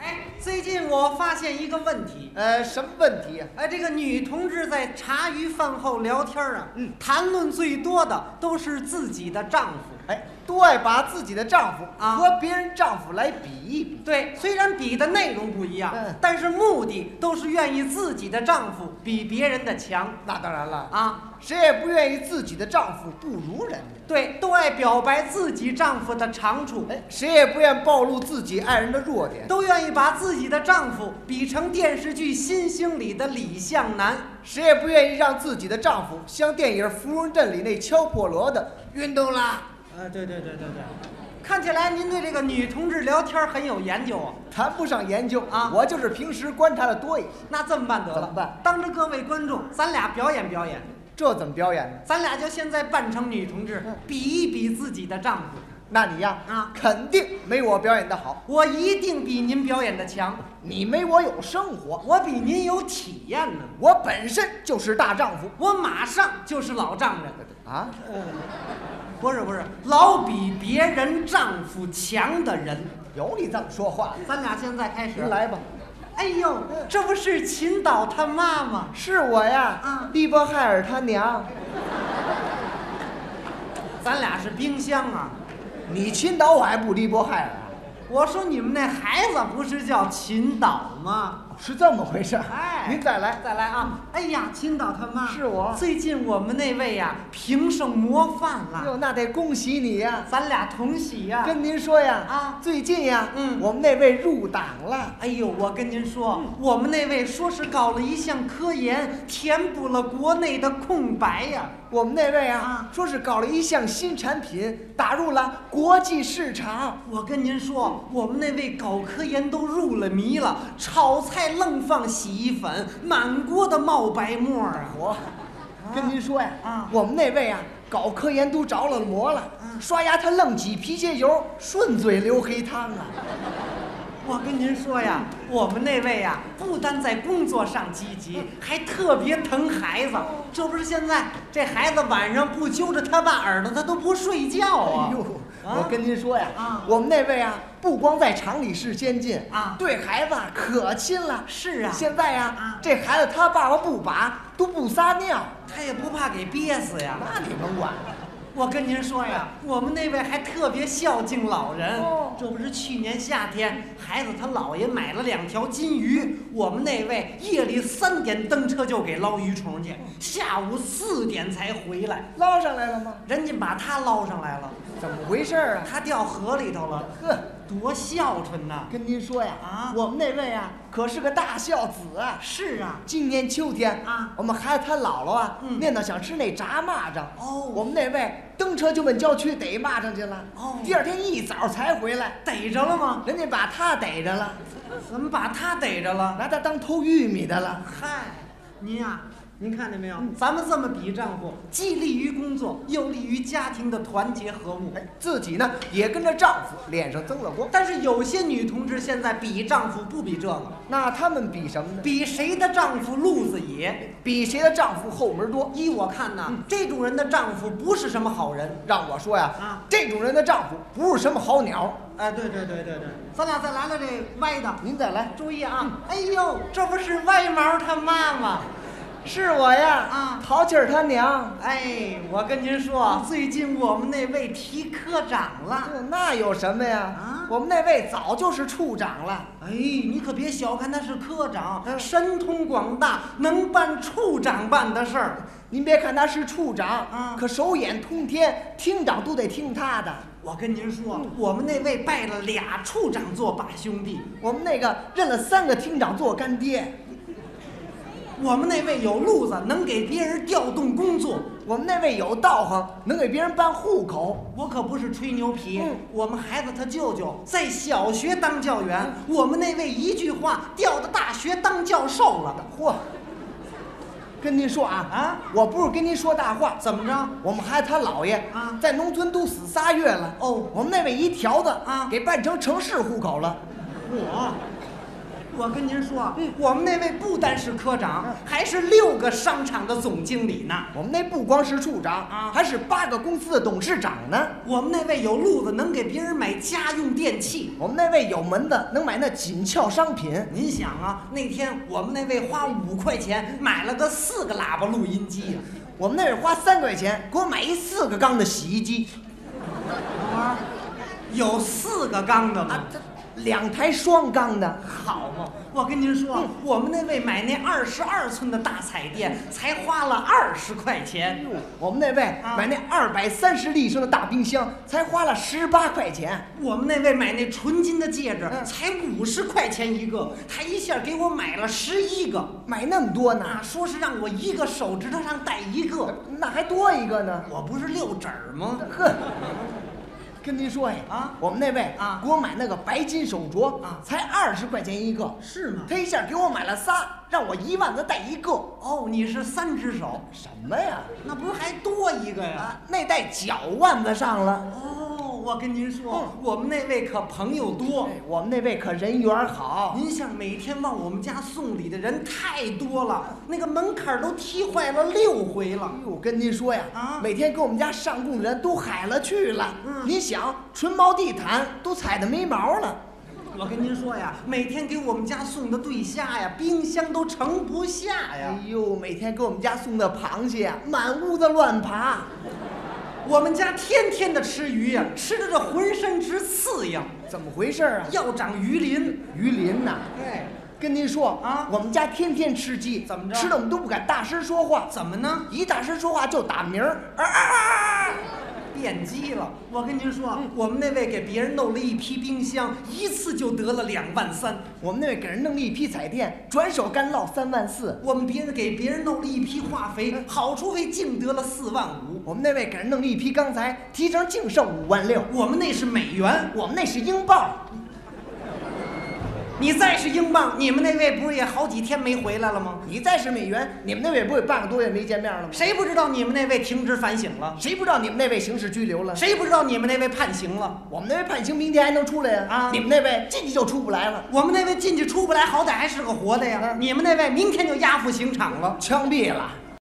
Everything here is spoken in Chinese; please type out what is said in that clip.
哎最近我发现一个问题，呃，什么问题呀、哎，这个女同志在茶余饭后聊天儿啊，嗯谈论最多的都是自己的丈夫。哎，都爱把自己的丈夫啊和别人丈夫来比一比。对，虽然比的内容不一样，嗯但是目的都是愿意自己的丈夫比别人的强那当然了，啊。谁也不愿意自己的丈夫不如人家，对，都爱表白自己丈夫的长处，哎，谁也不愿暴露自己爱人的弱点。都愿意把自己的丈夫比成电视剧《新星》里的李向南。谁也不愿意让自己的丈夫像电影《芙蓉镇》里那敲破锣的运动啦。啊，对对对对对，看起来您对这个女同志聊天很有研究啊。谈不上研究啊我就是平时观察的多一些。那这么办得了，怎么办当着各位观众，咱俩表演表演，这怎么表演呢？咱俩就现在扮成女同志嗯，比一比自己的丈夫。那你呀，啊肯定没我表演的好。我一定比您表演的强，你没我有生活，我比您有体验呢。我本身就是大丈夫我马上就是老丈人，啊！不是不是，老比别人丈夫强的人。有你这么说话的，咱俩现在开始您。来吧。哎呦，这不是秦导他妈吗？是我呀，啊利波海尔他娘，咱俩是冰箱啊！你亲导我还不利波海尔啊？我说你们那孩子不是叫秦导吗？是这么回事儿？哎，您再来。再来啊！哎呀，青岛他妈是我最近我们那位呀、评上模范了，哟，哎那得恭喜你呀！咱俩同喜呀、跟您说呀，啊最近呀，嗯我们那位入党了，哎呦，我跟您说，嗯我们那位说是搞了一项科研，填补了国内的空白呀、我们那位啊啊，说是搞了一项新产品，打入了国际市场。我跟您说，嗯我们那位搞科研都入了迷了，炒菜愣放洗衣粉，满锅的冒白沫儿啊！我跟您说呀，啊我们那位啊，搞科研都着了魔了，嗯刷牙他愣挤皮鞋油，顺嘴流黑汤啊。我跟您说呀，我们那位呀，不单在工作上积嗯极，还特别疼孩子。这不是现在这孩子晚上不揪着他爸耳朵，他都不睡觉啊。哎呦，啊我跟您说呀，啊我们那位啊，不光在厂里是先进啊对孩子啊可亲了。是啊，现在呀、啊这孩子他爸爸不把都不撒尿，他也不怕给憋死呀。那你甭管。我跟您说呀，我们那位还特别孝敬老人。哦这不是去年夏天，孩子他姥爷买了两条金鱼，我们那位夜里三点蹬车就给捞鱼虫去，下午四点才回来，捞上来了吗？人家把他捞上来了。怎么回事儿啊？他掉河里头了，呵，多孝顺呐！跟您说呀，啊我们那位啊可是个大孝子啊。是啊，今年秋天啊我们孩子他姥姥啊，嗯念叨想吃那炸蚂蚱。哦我们那位蹬车就奔郊区逮蚂蚱去了。哦第二天一早才回来，逮着了吗？人家把他逮着了，怎么把他逮着了？拿他当偷玉米的了。嗨，您呀、您看见没有？咱们这么比丈夫，既利于工作，又利于家庭的团结和睦。哎，自己呢也跟着丈夫脸上增了光。但是有些女同志现在比丈夫不比这个，那他们比什么呢？比谁的丈夫路子野。比谁的丈夫后门多。依我看呐、这种人的丈夫不是什么好人。让我说呀，啊这种人的丈夫不是什么好鸟。哎，对对对对对，咱俩再来了这歪的。您再来，注意啊！哎呦，这不是歪毛他妈吗？是我呀，啊淘气儿他娘。哎，我跟您说啊，最近我们那位提科长了。嗯那有什么呀？啊我们那位早就是处长了。哎，你可别小看他是科长，嗯神通广大，能办处长办的事儿。您别看他是处长，啊可手眼通天，厅长都得听他的。我跟您说，嗯我们那位拜了俩处长做把兄弟，我们那个认了三个厅长做干爹，我们那位有路子，能给别人调动工作。我们那位有道行，能给别人办户口。我可不是吹牛皮，嗯我们孩子他舅舅在小学当教员，嗯我们那位一句话调到大学当教授了。嚯！跟您说啊啊，我不是跟您说大话，怎么着？我们孩子他姥爷啊在农村都死仨月了。哦我们那位一条子啊给办成城市户口了。我，我跟您说，我们那位不单是科长，还是六个商场的总经理呢。我们那不光是处长啊还是八个公司的董事长呢。我们那位有路子，能给别人买家用电器。我们那位有门的能买那紧俏商品，您想啊，那天我们那位花五块钱买了个四个喇叭录音机呀、我们那是花三块钱给我买一四个缸的洗衣机啊，有四个缸的啊吗？，这两台双缸的。好嘛！我跟您说，我们那位买那二十二寸的大彩电，才花了二十块钱。我们那位啊买那二百三十立升的大冰箱，才花了十八块钱。我们那位买那纯金的戒指，嗯才五十块钱一个，他一下给我买了十一个，买那么多呢啊，，说是让我一个手指头上戴一个，那还多一个呢。我不是六指儿吗？呵，跟您说呀，啊我们那位啊给我买那个白金手镯啊才二十块钱一个，是吗？他一下给我买了仨，让我一万个带一个。哦，你是三只手，什么呀？那不是还多一个呀？啊，那带脚腕子上了。哦，我跟您说，嗯我们那位可朋友多。哎我们那位可人缘好，您想每天往我们家送礼的人太多了，那个门槛儿都踢坏了六回了哎。呦，我跟您说呀，啊每天给我们家上供的人都海了去了。嗯您想，纯毛地毯都踩的没毛了。我跟您说呀，每天给我们家送的对虾呀，冰箱都盛不下哎呀。呦，每天给我们家送的螃蟹呀，满屋子乱爬。我们家天天的吃鱼呀，吃的这浑身直刺痒，怎么回事啊？要长鱼鳞。鱼鳞呐、哎，跟您说啊我们家天天吃鸡，怎么着吃的我们都不敢大声说话，怎么呢？一大声说话就打鸣儿。啊变鸡了！我跟您说，我们那位给别人弄了一批冰箱，一次就得了两万三。我们那位给人弄了一批彩电，转手干落三万四。我们别人给别人弄了一批化肥，好处费净得了四万五。我们那位给人弄了一批钢材，提成净剩五万六。我们那是美元，我们那是英镑，你再是英镑，你们那位不是也好几天没回来了吗？你再是美元，你们那位不也半个多月没见面了吗？谁不知道你们那位停职反省了？谁不知道你们那位刑事拘留了？谁不知道你们那位判刑了？我们那位判刑明天还能出来呀、啊你们那位进去就出不来了，我们那位进去出不来，好歹还是个活的呀。嗯你们那位明天就押赴刑场了。枪毙了。